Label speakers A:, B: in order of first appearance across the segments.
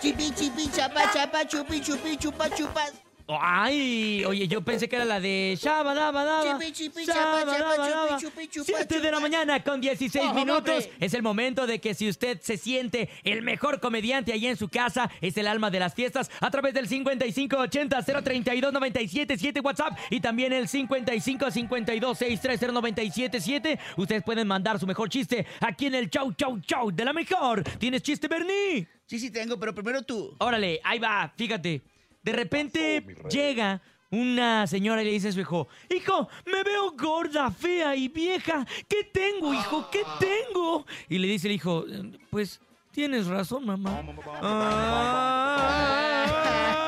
A: Chipi, chipi, chapa, chapa, chupi, chupi, chupa, chupas.
B: Ay, oye, yo pensé que era la de Shabba Dabba Dabba.
A: Chipi, chipi,
B: Shabba
A: chapa,
B: Dabba Dabba.
A: chapa, chupi, Oh, chupi, chupa,
B: Siete de la
A: chupa.
B: mañana con 16
A: Ojo,
B: minutos.
A: papi.
B: Es el momento de que si usted se siente el mejor comediante ahí en su casa, es el alma de las fiestas, a través del 5580-032-977 WhatsApp y también el 5552-630-977. Ustedes pueden mandar su mejor chiste aquí en el Chau Chau Chau de la mejor. ¿Tienes chiste, Bernie?
A: Sí, sí tengo, pero primero tú.
B: Órale, ahí va, fíjate. De repente
C: pasó, mi rey?
B: llega una señora y le dice a su hijo, hijo, me veo gorda, fea y vieja. ¿Qué tengo, hijo? ¿Qué
C: Ah.
B: tengo? Y le dice el hijo, pues tienes razón, mamá.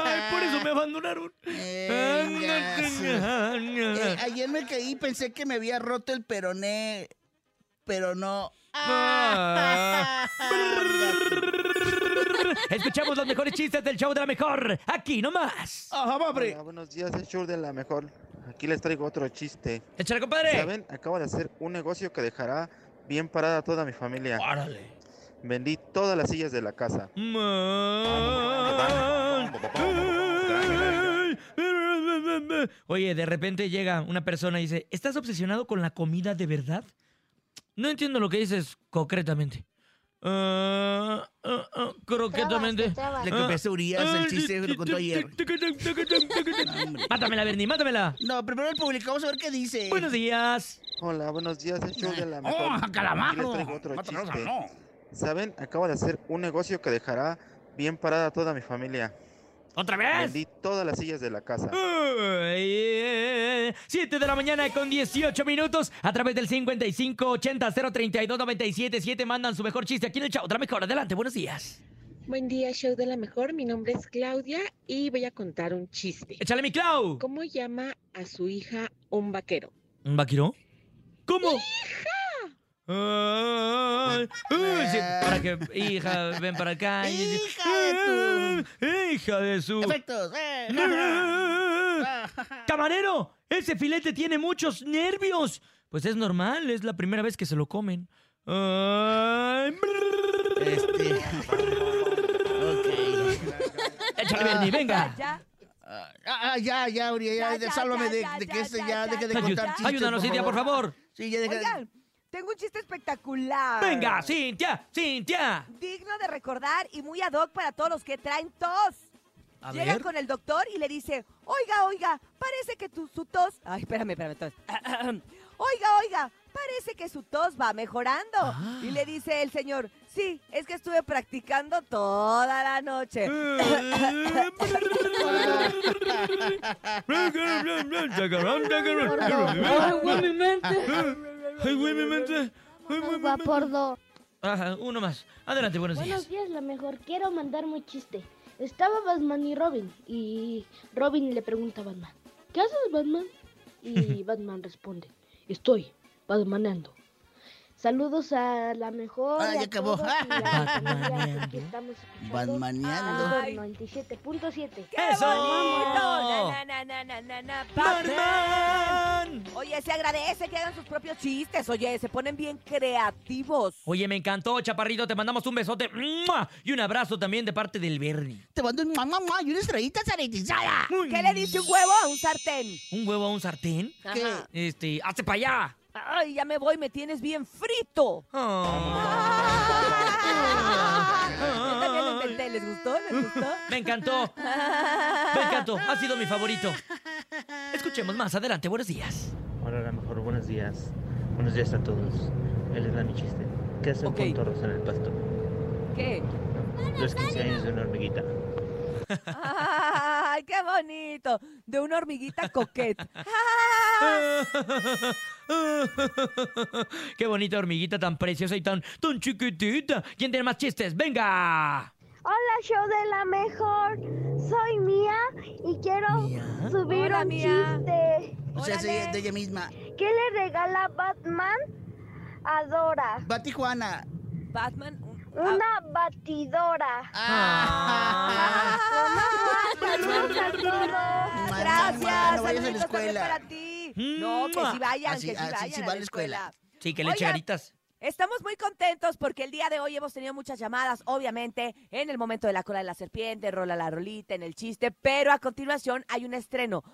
B: Ay, por eso me abandonaron. Ah.
A: Eh, ayer me caí y pensé que me había roto el peroné, pero no.
B: Ah. Escuchamos los mejores chistes del show de la mejor. Aquí nomás.
C: Ah.
A: ¡Ajá, pobre!
D: Hola, buenos días, es Shur de la mejor. Aquí les traigo otro chiste.
B: Échale, compadre.
D: ¿Saben? Acabo de hacer un negocio que dejará bien parada a toda mi familia.
B: Órale.
D: Vendí todas las sillas de la casa.
B: Man. Oye, de repente llega una persona y dice, ¿estás obsesionado con la comida de verdad? No entiendo lo que dices concretamente. Ah, ah, ah, croquetamente.
A: Le copiaste a Urias el chiste,
B: Ah,
A: lo contó ayer. Hombre.
B: Mátamela, Bernie, mátamela.
A: No, primero el público, vamos a ver qué dice.
B: Buenos días.
D: Hola, buenos días, es Shur de la mejor. Aquí les traigo otro chiste. ¿Saben? Acabo de hacer un negocio que dejará bien parada a toda mi familia.
B: ¿Otra vez?
D: Vendí todas las sillas de la casa.
B: Ay, eh, 7 de la mañana con 18 minutos a través del 5580-032-977 mandan su mejor chiste aquí en el chao. Otra mejor, adelante, buenos días.
E: Buen día, show de la mejor. Mi nombre es Claudia y voy a contar un chiste.
B: Échale mi Clau.
E: ¿Cómo llama a su hija un vaquero?
B: ¿Un vaquero? ¿Cómo? ¡Hija! para que, hija, ven para acá.
A: Hija de
B: tu... Hija de su...
A: Efectos. eh.
B: ¡Camarero! ¡Ese filete tiene muchos nervios! Pues es normal, es la primera vez que se lo comen. Ay, brrr.
A: Este. Ok.
B: Échale, Bernie, venga.
A: Ah, ah, ya, ya, Urias, ya,
F: Ya, ya,
A: sálvame
F: ya,
A: de,
F: ya,
A: de que
F: ya,
A: este
F: ya,
A: ya
F: ya,
A: deje de
F: ya,
A: contar
F: ya.
A: chistes.
B: Ayúdanos, Cintia, por favor.
A: Sí, ya deja.
F: Oigan, tengo un chiste espectacular.
B: Venga, Cintia, Cintia.
F: Digno de recordar y muy ad hoc para todos los que traen tos.
B: A
F: Llega
B: ver.
F: con el doctor y le dice, oiga, oiga, parece que tu, su tos... Ay, espérame, espérame, tos. oiga, oiga, parece que su tos va mejorando.
B: Ah.
F: Y le dice el señor, sí, es que estuve practicando toda la noche.
B: Mm, Ay, güey, mi mente. Ay, güey, mi mente.
G: Vapordo.
B: Ajá, uno más. Adelante, buenos días.
G: Buenos días, la mejor. Quiero mandar un chiste. Estaba Batman y Robin. Y Robin le pregunta a Batman: ¿Qué haces, Batman? Y Batman responde: Estoy Batmanando. Saludos a la mejor.
A: Ah,
G: y
A: ya
G: a
A: acabó.
G: todos y a la familia, porque
B: Batmaneando.
G: estamos escuchando
A: Batmaneando.
F: Ay.
G: 97.7.
F: ¡Qué
B: ¡Eso!
F: bonito! Na, na, na, na, na, na, Batman.
B: ¡Batman!
F: Oye, se agradece que hagan sus propios chistes. Oye, se ponen bien creativos.
B: Oye, me encantó, Chaparrito. Te mandamos un besote ¡mua! y un abrazo también de parte del Bernie.
A: Te mando un mamá y una estrellita sanitizada.
F: ¿Qué le dice un huevo a un sartén?
B: ¿Un huevo a un sartén?
A: ¿Qué?
F: Ajá.
B: Este, hazte para allá.
F: Ay, ya me voy, me tienes bien frito.
B: Ah.
F: Yo también lo intenté, ¿les gustó? ¿Les gustó?
B: Me encantó, me encantó. Ha sido mi favorito. Escuchemos más adelante. Buenos días.
H: Hola, a lo mejor buenos días. Buenos días a todos. Él es mi chiste. ¿Qué hace
F: Ok.
H: un contorros en el pasto?
F: ¿Qué?
H: Los 15 años de una hormiguita.
F: ¡Ay, qué bonito! De una hormiguita coqueta.
B: Qué bonita hormiguita tan preciosa y tan, tan chiquitita. ¿Quién tiene más chistes? ¡Venga!
G: Hola, show de la mejor. Soy Mía y quiero
B: ¿Mía?
G: subir
F: Hola,
G: un
F: Mía.
G: chiste.
A: O sea, sí,
F: Órale.
A: de ella misma.
G: ¿Qué le regala Batman a Dora?
A: Va a Tijuana.
F: Batman. un- ah,
G: Una batidora.
B: Ah.
G: Saludos a todos.
A: Mamá,
F: Ah, Gracias,
A: no vayas a la
F: saluditos también
A: escuela.
F: para ti. No, que si vayan,
H: Mm.
A: Así-
F: que si
A: así
F: vayan
A: sí
F: a
A: va
F: la
A: a la escuela.
F: escuela.
B: Sí, que le eche
F: Oiga,
B: garitas.
F: Estamos muy contentos porque el día de hoy hemos tenido muchas llamadas, obviamente, en el momento de la cola de la serpiente, rola la rolita, en el chiste, pero a continuación hay un estreno,